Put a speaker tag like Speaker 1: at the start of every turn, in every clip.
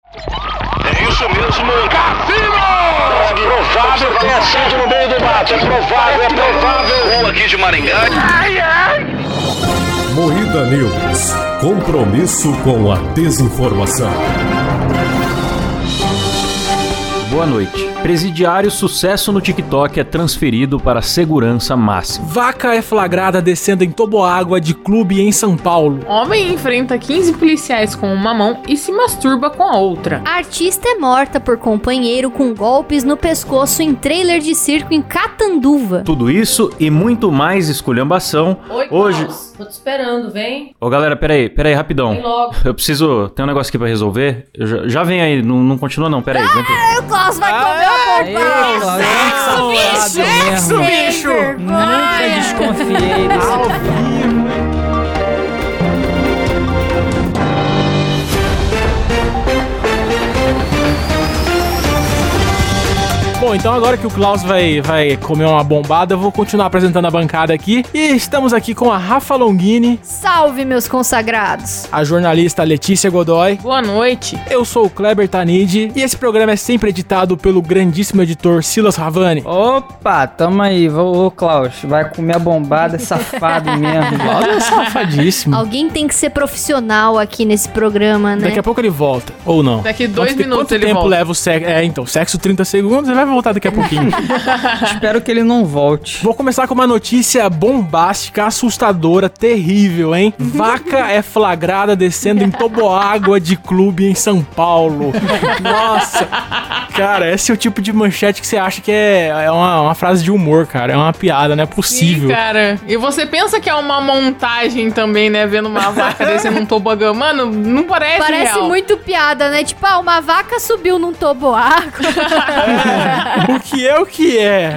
Speaker 1: Cassino! É Cassino! É Provável que tenha sido no meio do mato. É provável, é provável. Rua aqui de Maringá. Ai, ai.
Speaker 2: Moída News. Compromisso com a desinformação.
Speaker 3: Boa noite. Presidiário sucesso no TikTok é transferido para segurança máxima.
Speaker 4: Vaca é flagrada descendo em toboágua de clube em São Paulo.
Speaker 5: Homem enfrenta 15 policiais com uma mão e se masturba com a outra.
Speaker 6: A artista é morta por companheiro com golpes no pescoço em trailer de circo em Catanduva.
Speaker 3: Tudo isso e muito mais esculhambação.
Speaker 7: Oi,
Speaker 3: Hoje.
Speaker 7: Klaus. Tô te esperando, vem.
Speaker 3: Ô galera, peraí, peraí, rapidão.
Speaker 7: Vem logo.
Speaker 3: Eu preciso. Tem um negócio aqui pra resolver. Eu já, já vem aí, não, não continua não, peraí. vem aqui.
Speaker 6: O Klaus vai comer a
Speaker 8: Aí, Klaus, muito saturado mesmo.
Speaker 6: bicho!
Speaker 8: Nunca desconfiei desse
Speaker 4: Bom, então agora que o Klaus vai, vai comer uma bombada, eu vou continuar apresentando a bancada aqui. E estamos aqui com a Rafa Longini,
Speaker 6: Salve, meus consagrados!
Speaker 4: a jornalista Letícia Godoy.
Speaker 5: Boa noite.
Speaker 4: Eu sou o Kleber Tanid e esse programa é sempre editado pelo grandíssimo editor Silas Ravani.
Speaker 8: Opa, tamo aí. Ô, ô, Klaus, vai comer a bombada, é safado mesmo.
Speaker 4: Klaus é safadíssimo.
Speaker 6: Alguém tem que ser profissional aqui nesse programa, né?
Speaker 4: Daqui a pouco ele volta, ou não?
Speaker 5: Daqui dois
Speaker 4: Quanto te-
Speaker 5: minutos
Speaker 4: quanto
Speaker 5: ele
Speaker 4: tempo
Speaker 5: volta.
Speaker 4: leva o sexo? É, então, sexo 30 segundos, ele vai voltar daqui a pouquinho.
Speaker 8: Espero que ele não volte.
Speaker 4: Vou começar com uma notícia bombástica, assustadora, terrível, hein? Vaca é flagrada descendo em toboágua de clube em São Paulo. Nossa! Cara, esse é o tipo de manchete que você acha que é, é uma, uma frase de humor, cara. É uma piada, não é
Speaker 5: Sim,
Speaker 4: possível.
Speaker 5: cara. E você pensa que é uma montagem também, né? Vendo uma vaca descendo um tobogã. Mano, não parece
Speaker 6: Parece
Speaker 5: real.
Speaker 6: muito piada, né? Tipo, ah, uma vaca subiu num toboágua.
Speaker 4: o que é o que é?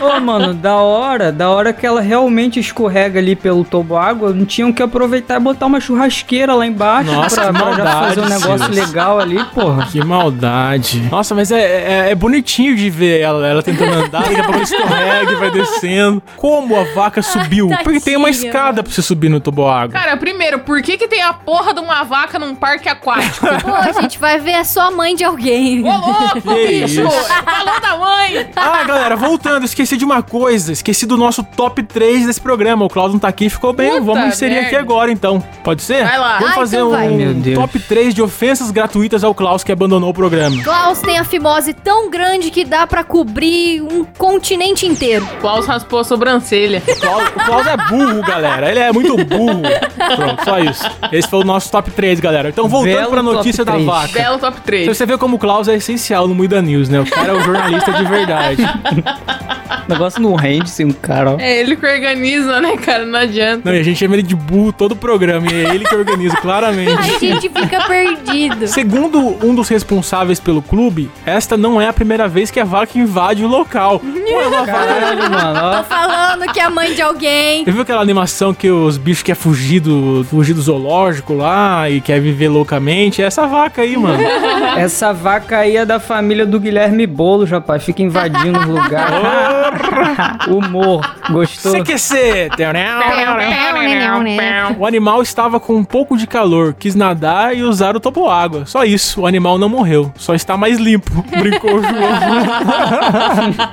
Speaker 8: Ô, mano, da hora, da hora que ela realmente escorrega ali pelo tobo água, não tinham que aproveitar e botar uma churrasqueira lá embaixo
Speaker 4: Nossa,
Speaker 8: pra,
Speaker 4: que
Speaker 8: pra já
Speaker 4: maldade,
Speaker 8: fazer um negócio
Speaker 4: Silas.
Speaker 8: legal ali, porra.
Speaker 4: Que maldade. Nossa, mas é, é- é bonitinho de ver ela, ela tentando andar, daqui a pouco escorrega e vai descendo. Como a vaca subiu? Porque tem uma
Speaker 6: Tadinha,
Speaker 4: escada pra você subir no toboágua.
Speaker 5: Cara, primeiro, por que, que tem a porra de uma vaca num parque aquático?
Speaker 6: Pô, a gente vai ver, é só a mãe de alguém.
Speaker 5: Ô,
Speaker 4: Que
Speaker 5: louco, bicho! É
Speaker 4: isso?
Speaker 5: Falou da mãe!
Speaker 4: Ah, galera, voltando, esqueci de uma coisa. Esqueci do nosso top 3 desse programa. O Klaus não tá aqui, ficou bem.
Speaker 5: Puta
Speaker 4: Vamos inserir
Speaker 5: merda.
Speaker 4: aqui agora, então. Pode ser?
Speaker 5: Vai lá.
Speaker 4: Vamos
Speaker 6: Ah,
Speaker 4: fazer
Speaker 6: então vai.
Speaker 8: Meu
Speaker 4: um
Speaker 8: Deus.
Speaker 4: top 3 de ofensas gratuitas ao Klaus que abandonou o programa.
Speaker 6: Klaus tem a fimose tão grande que dá pra cobrir um continente inteiro.
Speaker 5: Klaus raspou a sobrancelha.
Speaker 4: O Klaus, o Klaus é burro, galera. Ele é muito burro. Pronto, só isso. Esse foi o nosso top 3, galera. Então, voltando
Speaker 8: Belo
Speaker 4: pra
Speaker 8: top
Speaker 4: notícia da
Speaker 8: 3.
Speaker 4: vaca.
Speaker 5: Belo top
Speaker 4: Pra
Speaker 5: 3.
Speaker 4: você ver como o Klaus é essencial no Muida News, né? O cara é o jornalista de verdade.
Speaker 8: O negócio não rende sem um cara, ó.
Speaker 5: É ele que organiza, né, cara? Não adianta.
Speaker 4: Não, e a gente chama ele de burro todo o programa. E é ele que organiza, claramente.
Speaker 6: A gente fica perdido.
Speaker 4: Segundo um dos responsáveis pelo clube, esta não é a primeira vez que a vaca invade o local. Pô, é uma vaca.
Speaker 8: Caralho, mano, ó.
Speaker 6: Tô falando que é a mãe de alguém.
Speaker 4: Você viu aquela animação que os bichos querem fugir do, fugir do zoológico lá e quer viver loucamente? É essa vaca aí, mano.
Speaker 8: Essa vaca aí é da família do Guilherme Boulos, rapaz. Fica invadindo os lugares. Humor. Gostou?
Speaker 4: CQC!
Speaker 6: né?
Speaker 4: O animal estava com um pouco de calor, quis nadar e usar o topo água. Só isso, o animal não morreu, só está mais limpo, brincou o João.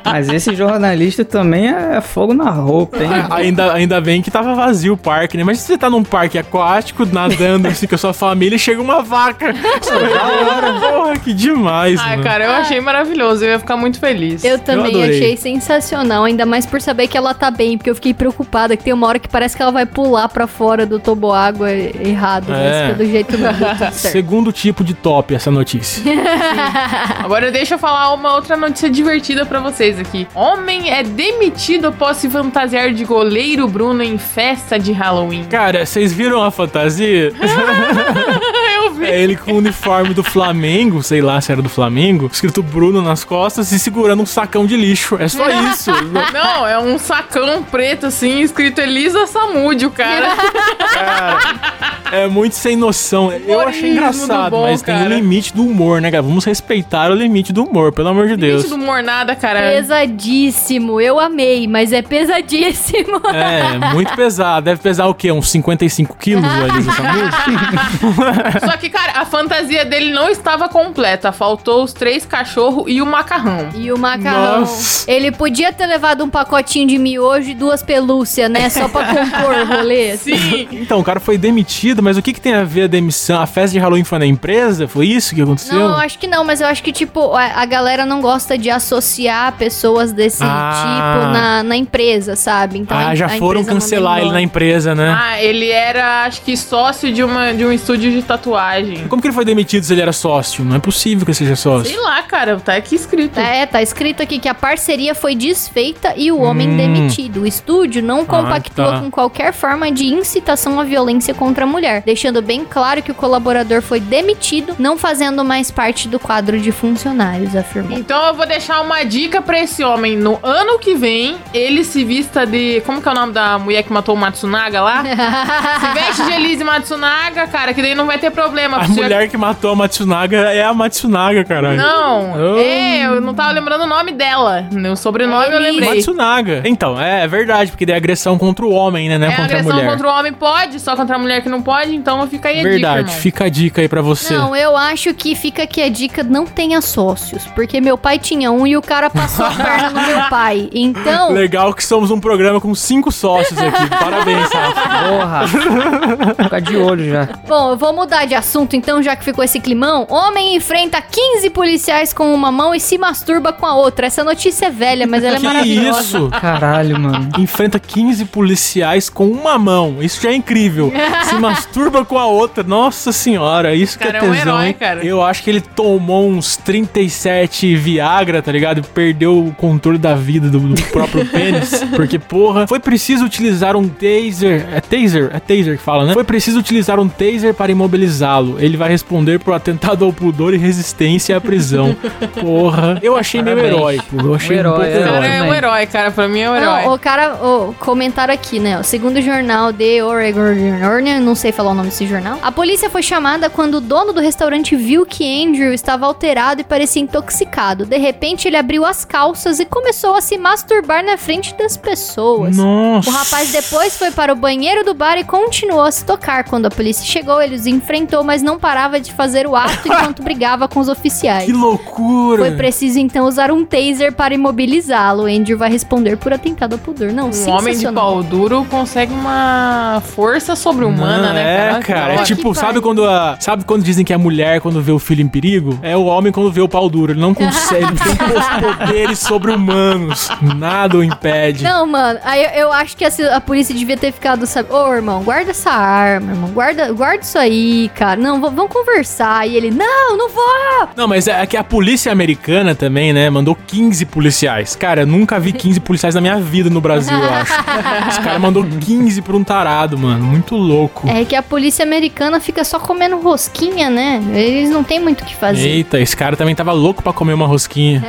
Speaker 8: Mas esse jornalista também é fogo na roupa, hein?
Speaker 4: Ainda, ainda bem que tava vazio o parque, né? Mas se você tá num parque aquático, nadando assim com a sua família, e chega uma vaca. Porra, que demais,
Speaker 5: Ai,
Speaker 4: mano.
Speaker 5: cara, eu achei maravilhoso. Eu ia ficar muito feliz.
Speaker 6: Uhum. Ah. Eu também
Speaker 4: adorei.
Speaker 6: achei sensacional, ainda mais por saber que ela tá bem, porque eu fiquei preocupada que tem uma hora que parece que ela vai pular pra fora do toboágua errado,
Speaker 4: É.
Speaker 6: mas pelo jeito não deu tudo certo.
Speaker 4: Segundo tipo de top essa notícia.
Speaker 5: Agora deixa eu falar uma outra notícia divertida pra vocês aqui. Homem é demitido após se fantasiar de goleiro Bruno em festa de Halloween.
Speaker 4: Cara, vocês viram a fantasia?
Speaker 5: Eu vi.
Speaker 4: É ele com o uniforme do Flamengo, sei lá se era do Flamengo, escrito Bruno nas costas e segurando um sacão de lixo. É só isso.
Speaker 5: Não, é um sacão preto assim, escrito Elisa Samúdio, cara.
Speaker 4: É muito sem noção. Eu achei engraçado,
Speaker 5: do bom,
Speaker 4: mas tem
Speaker 5: cara.
Speaker 4: o limite do humor, né, cara? Vamos respeitar o limite do humor, pelo amor de Deus.
Speaker 5: Gente do Mornada, cara.
Speaker 6: Pesadíssimo, eu amei, mas é pesadíssimo.
Speaker 4: É, muito pesado. Deve pesar o quê? Uns 55 quilos, o Elisa Samudio?
Speaker 5: Só Só que, cara, a fantasia dele não estava completa. Faltou os três cachorros e o macarrão.
Speaker 6: E o macarrão.
Speaker 4: Nossa.
Speaker 6: Ele podia ter levado um pacotinho de miojo e duas pelúcias, né? Só pra compor o rolê.
Speaker 5: Sim.
Speaker 4: Então, o cara foi demitido, mas o que, que tem a ver a demissão? A festa de Halloween foi na empresa? Foi isso que aconteceu?
Speaker 6: Não, eu acho que não, mas eu acho que, tipo, a, a galera não gosta de associar pessoas desse
Speaker 4: Ah.
Speaker 6: tipo na, na empresa, sabe? Então,
Speaker 4: ah,
Speaker 6: a-
Speaker 4: já
Speaker 6: a
Speaker 4: foram
Speaker 6: empresa mandou
Speaker 4: cancelar ele
Speaker 6: embora.
Speaker 4: na empresa, né?
Speaker 5: Ah, ele era, acho que, sócio de, uma, de um estúdio de tatuagem.
Speaker 4: Como que ele foi demitido se ele era sócio? Não é possível que ele seja sócio.
Speaker 5: Sei lá, cara, tá aqui escrito.
Speaker 6: É, tá escrito aqui que a parceria foi desfeita e o homem
Speaker 4: Hum.
Speaker 6: demitido. O estúdio não compactua
Speaker 4: tá.
Speaker 6: com qualquer forma de incitação à violência contra a mulher, deixando bem claro que o colaborador foi demitido, não fazendo mais parte do quadro de funcionários, afirmou.
Speaker 5: Então eu vou deixar uma dica pra esse homem. No ano que vem, ele se vista de. Como que é o nome da mulher que matou o Matsunaga lá? se veste de Elise Matsunaga, cara, que daí não vai ter problema.
Speaker 4: A
Speaker 5: porque já-
Speaker 4: mulher que matou a Matsunaga é a Matsunaga, caralho.
Speaker 5: é- Não,
Speaker 4: Oh.
Speaker 5: é, eu não tava lembrando o nome dela. O sobrenome eu
Speaker 6: Elise.
Speaker 5: lembrei.
Speaker 4: Matsunaga. Então, é, é verdade, porque daí é agressão contra o homem, né? Não é,
Speaker 5: É,
Speaker 4: contra a
Speaker 5: agressão
Speaker 4: mulher.
Speaker 5: contra o homem pode, só contra a mulher que não pode, então fica aí a
Speaker 4: Verdade,
Speaker 5: dica, irmão.
Speaker 4: fica a dica aí pra você.
Speaker 6: Não, eu acho que fica aqui a dica não tenha sócios, porque meu pai tinha um e o cara passou a perna no meu pai. Então,
Speaker 4: Legal que somos um programa com cinco sócios aqui. Parabéns, Rafa.
Speaker 8: Porra. Fica de olho já.
Speaker 6: bom, eu vou mudar de assunto então, já que ficou esse climão. Homem enfrenta 15 policiais com uma mão e se masturba com a outra. Essa notícia é velha, mas ela é
Speaker 4: Que
Speaker 6: maravilhosa.
Speaker 4: isso?
Speaker 8: Caralho, mano.
Speaker 4: Enfrenta 15 policiais com uma mão. Isso já é incrível. Se masturba com a outra. Nossa senhora, isso
Speaker 5: Cara, é
Speaker 4: que é
Speaker 5: um
Speaker 4: tesão,
Speaker 5: herói,
Speaker 4: hein?
Speaker 5: cara.
Speaker 4: Eu acho que ele tomou uns 37 Viagra, tá ligado? E Perdeu o controle da vida do, do próprio pênis. Porque, porra, foi preciso utilizar um taser. É taser? É taser que fala, né? Foi preciso utilizar um taser para imobilizá-lo. Ele vai responder por atentado ao pudor e resistência à prisão. Porra. Eu achei meio
Speaker 8: Parabéns.
Speaker 4: herói, pô. Eu achei um,
Speaker 8: Um herói,
Speaker 4: pouco
Speaker 8: é.
Speaker 5: O cara
Speaker 4: herói.
Speaker 5: é um
Speaker 8: também.
Speaker 5: herói, cara. Pra mim é um herói.
Speaker 6: Não, o cara, o comentário aqui, né? O segundo jornal The Oregon Journal, não sei falar o nome desse jornal. A polícia foi chamada quando o dono do restaurante viu que Andrew estava alterado e parecia intoxicado. De repente, ele abriu as calças e começou a se masturbar na frente das pessoas.
Speaker 4: Nossa.
Speaker 6: O rapaz depois foi para o banheiro do bar e continuou a se tocar. Quando a polícia chegou, ele os enfrentou, mas não parava de fazer o ato enquanto brigava com os oficiais.
Speaker 4: Que loucura!
Speaker 5: Hum.
Speaker 6: Foi preciso então usar um taser para imobilizá-lo. Andrew vai responder por atentado ao pudor. Não,
Speaker 5: Um homem de
Speaker 6: sensacional.
Speaker 5: pau duro consegue uma força sobre-humana,
Speaker 4: Não,
Speaker 5: né?
Speaker 4: É, cara. É
Speaker 6: Puta
Speaker 4: tipo,
Speaker 6: que
Speaker 4: sabe
Speaker 6: pariu.
Speaker 4: quando a. Sabe quando dizem que a mulher, quando vê o filho em perigo, é o homem quando vê o pau duro. Ele não consegue, ele tem os poderes sobre-humanos. Nada o impede.
Speaker 6: Não, mano, aí eu, eu acho que a, a polícia devia ter ficado, sabe? Ô, irmão, guarda essa arma, irmão. Guarda, guarda isso aí, cara. Não, v- vamos conversar. E ele, não, não vou.
Speaker 4: Não, mas é que a polícia americana também, né? Mandou 15 policiais. Cara, eu nunca vi 15 policiais na minha vida no Brasil, eu acho. Os caras mandou 15 pra um tarado, mano. Muito louco.
Speaker 6: É que a polícia americana fica só comendo rosquinha, né? Eles não têm muito o que fazer.
Speaker 4: Eita, esse cara também tava louco pra comer uma rosquinha.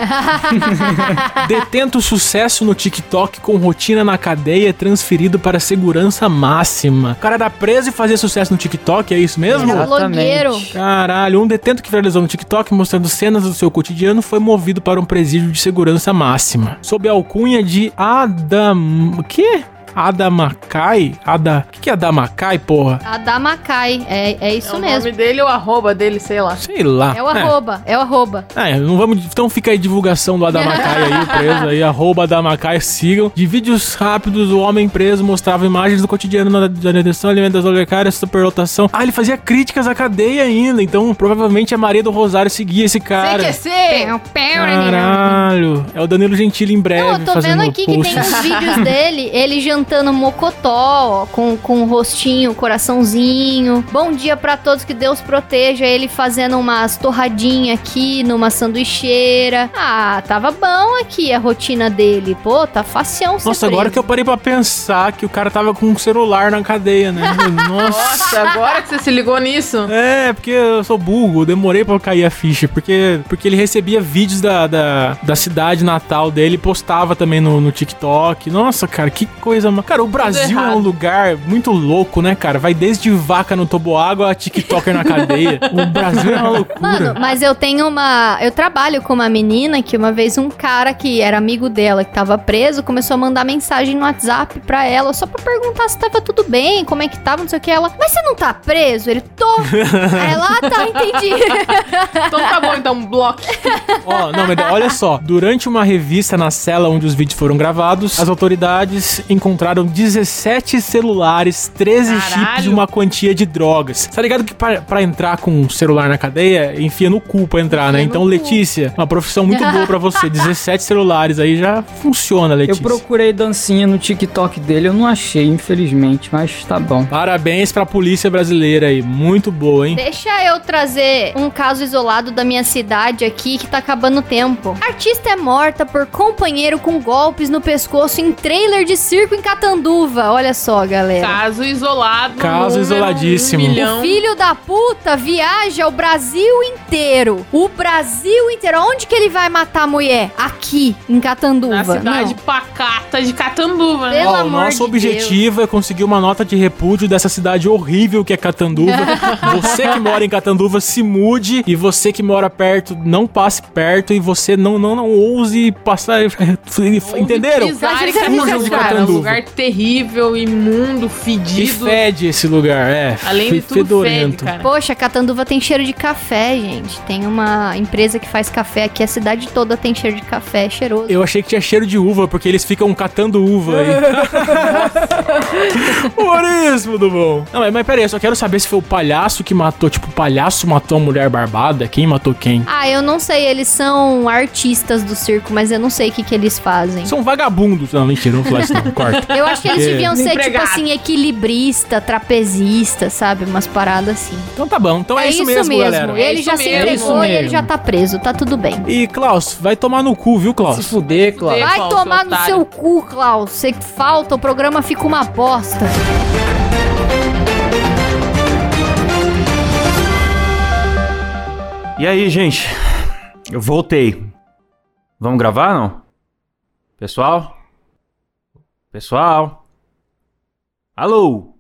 Speaker 4: Detento sucesso no TikTok com rotina na cadeia é transferido para segurança máxima. O cara era preso e fazia sucesso no TikTok, é isso mesmo?
Speaker 6: Era blogueiro.
Speaker 4: Caralho, um detento que viralizou no TikTok mostrando cenas do seu cotidiano foi movido para um presídio de segurança máxima. Sob a alcunha de Adam... O quê? Adamakai? Ada... O que que é Adamakai, porra?
Speaker 6: A Damakai. É, é isso
Speaker 5: É o
Speaker 6: mesmo.
Speaker 5: nome dele ou arroba dele, sei lá.
Speaker 4: Sei lá.
Speaker 6: É o arroba, é o arroba.
Speaker 4: É, não vamos. Então fica aí divulgação do Adamakai aí, o preso aí, arroba Adamakai, sigam. De vídeos rápidos, o homem preso mostrava imagens do cotidiano na- da detenção, alimentos oligocários, superlotação. Ah, ele fazia críticas à cadeia ainda, então provavelmente a Maria do Rosário seguia esse cara.
Speaker 5: CQC!
Speaker 6: Pau, pau,
Speaker 4: Caralho, é o Danilo Gentili em breve.
Speaker 6: é né? Não, eu tô
Speaker 4: fazendo
Speaker 6: vendo aqui que
Speaker 4: posts.
Speaker 6: tem um uns vídeos dele, ele jantando mocotó, ó, com, com o rostinho, coraçãozinho. Bom dia pra todos, que Deus proteja. Ele fazendo umas torradinhas aqui, numa sanduicheira. Ah, tava bom aqui a rotina dele. Pô, tá facião ser
Speaker 4: Nossa, agora
Speaker 6: preso.
Speaker 4: que eu parei pra pensar que o cara tava com um celular na cadeia, né?
Speaker 5: um
Speaker 4: Nossa.
Speaker 5: Nossa, agora que você se ligou nisso.
Speaker 4: É, porque eu sou burro, eu demorei pra cair a ficha, porque, porque ele recebia vídeos da, da, da cidade natal dele e postava também no, no TikTok. Nossa, cara, que coisa coisa. ma- Cara, o Brasil é um
Speaker 5: errado.
Speaker 4: lugar muito louco, né, cara? Vai desde vaca no toboágua a TikToker na cadeia. O Brasil é uma loucura.
Speaker 6: Mano, mas eu tenho uma. Eu trabalho com uma menina que uma vez um cara que era amigo dela, que tava preso, começou a mandar mensagem no WhatsApp pra ela, só pra perguntar se tava tudo bem, como é que tava, não sei o que. Ela, mas você não tá preso? Ele, tô. Aí ela, ah, tá, entendi.
Speaker 5: Então tá bom, então, bloco.
Speaker 4: Ó, não, mas olha só. Durante uma revista na cela onde os vídeos foram gravados, as autoridades encontraram 17 celulares, 13 chips e
Speaker 5: Caralho.
Speaker 4: uma quantia de drogas. Tá ligado que pra, pra entrar com um celular na cadeia, enfia no cu pra entrar, né?
Speaker 6: Enfia
Speaker 4: Então,
Speaker 6: no cu.
Speaker 4: Letícia, uma profissão muito boa pra você. 17 celulares aí já funciona,
Speaker 8: Eu
Speaker 4: Letícia.
Speaker 8: procurei dancinha no TikTok dele, eu não achei, infelizmente, mas tá bom.
Speaker 4: Parabéns pra polícia brasileira aí. Muito boa, hein?
Speaker 6: Deixa eu trazer um caso isolado da minha cidade aqui que tá acabando o tempo. Artista é morta por companheiro com golpes no pescoço em trailer de circo em Catanduva. Olha só, galera.
Speaker 5: Caso isolado.
Speaker 4: É. Caso
Speaker 5: número
Speaker 4: isoladíssimo.
Speaker 5: Um milhão.
Speaker 6: Filho da puta viaja o Brasil inteiro. O Brasil inteiro. Onde que ele vai matar a mulher? Aqui, em Catanduva.
Speaker 5: Na cidade
Speaker 6: Não.
Speaker 5: pacata de Catanduva, né?
Speaker 6: Pelo
Speaker 4: Ó, o
Speaker 6: amor
Speaker 4: nosso
Speaker 6: de
Speaker 4: objetivo é conseguir uma nota de repúdio dessa cidade horrível que é Catanduva. você que mora em Catanduva, se mude. E você que mora perto, não passe perto. E você não, não, não ouse passar. Entenderam?
Speaker 5: Pisar em
Speaker 6: Mas eles
Speaker 5: Catanduva,
Speaker 4: de
Speaker 5: cara.
Speaker 4: Catanduva.
Speaker 5: Um lugar terrível, imundo,
Speaker 4: E
Speaker 5: fedido.
Speaker 4: fede esse lugar, é.
Speaker 5: Além de
Speaker 4: fe-
Speaker 5: tudo, fede, cara.
Speaker 6: Poxa, Catanduva tem cheiro de café, gente. Tem uma empresa que faz café aqui. A cidade toda tem cheiro de café, é cheiroso.
Speaker 4: Eu achei que tinha cheiro de uva, porque eles ficam catando uva aí. Humorismo do bom. Não, mas, mas peraí, eu só quero saber se foi o palhaço que matou. Tipo, o palhaço matou a mulher barbada? Quem matou quem?
Speaker 6: Ah, eu não sei. Eles são artistas do circo, mas eu não sei o que, que eles fazem.
Speaker 4: São vagabundos. Não, mentira, não vou falar isso não, corta.
Speaker 6: Eu acho que eles
Speaker 4: É.
Speaker 6: deviam ser, tipo
Speaker 5: Desempregados.
Speaker 6: assim, equilibrista, trapezista, sabe? Umas paradas assim.
Speaker 4: Então tá bom, então é, isso, mesmo, galera.
Speaker 5: É
Speaker 6: Ele
Speaker 5: isso
Speaker 6: já se
Speaker 5: mesmo.
Speaker 6: entregou
Speaker 8: É isso
Speaker 6: e ele
Speaker 8: mesmo.
Speaker 6: já tá preso. Tá tudo bem.
Speaker 4: E Klaus, vai tomar no cu, viu,
Speaker 8: Se
Speaker 4: Klaus?
Speaker 8: fuder, claro.
Speaker 5: Fuder.
Speaker 6: Vai
Speaker 5: Klaus,
Speaker 6: tomar no
Speaker 5: otário.
Speaker 6: seu cu, Klaus. Você que falta, o programa fica uma bosta.
Speaker 3: E aí, gente? Eu voltei. Vamos gravar, não? Pessoal? Pessoal? Alô?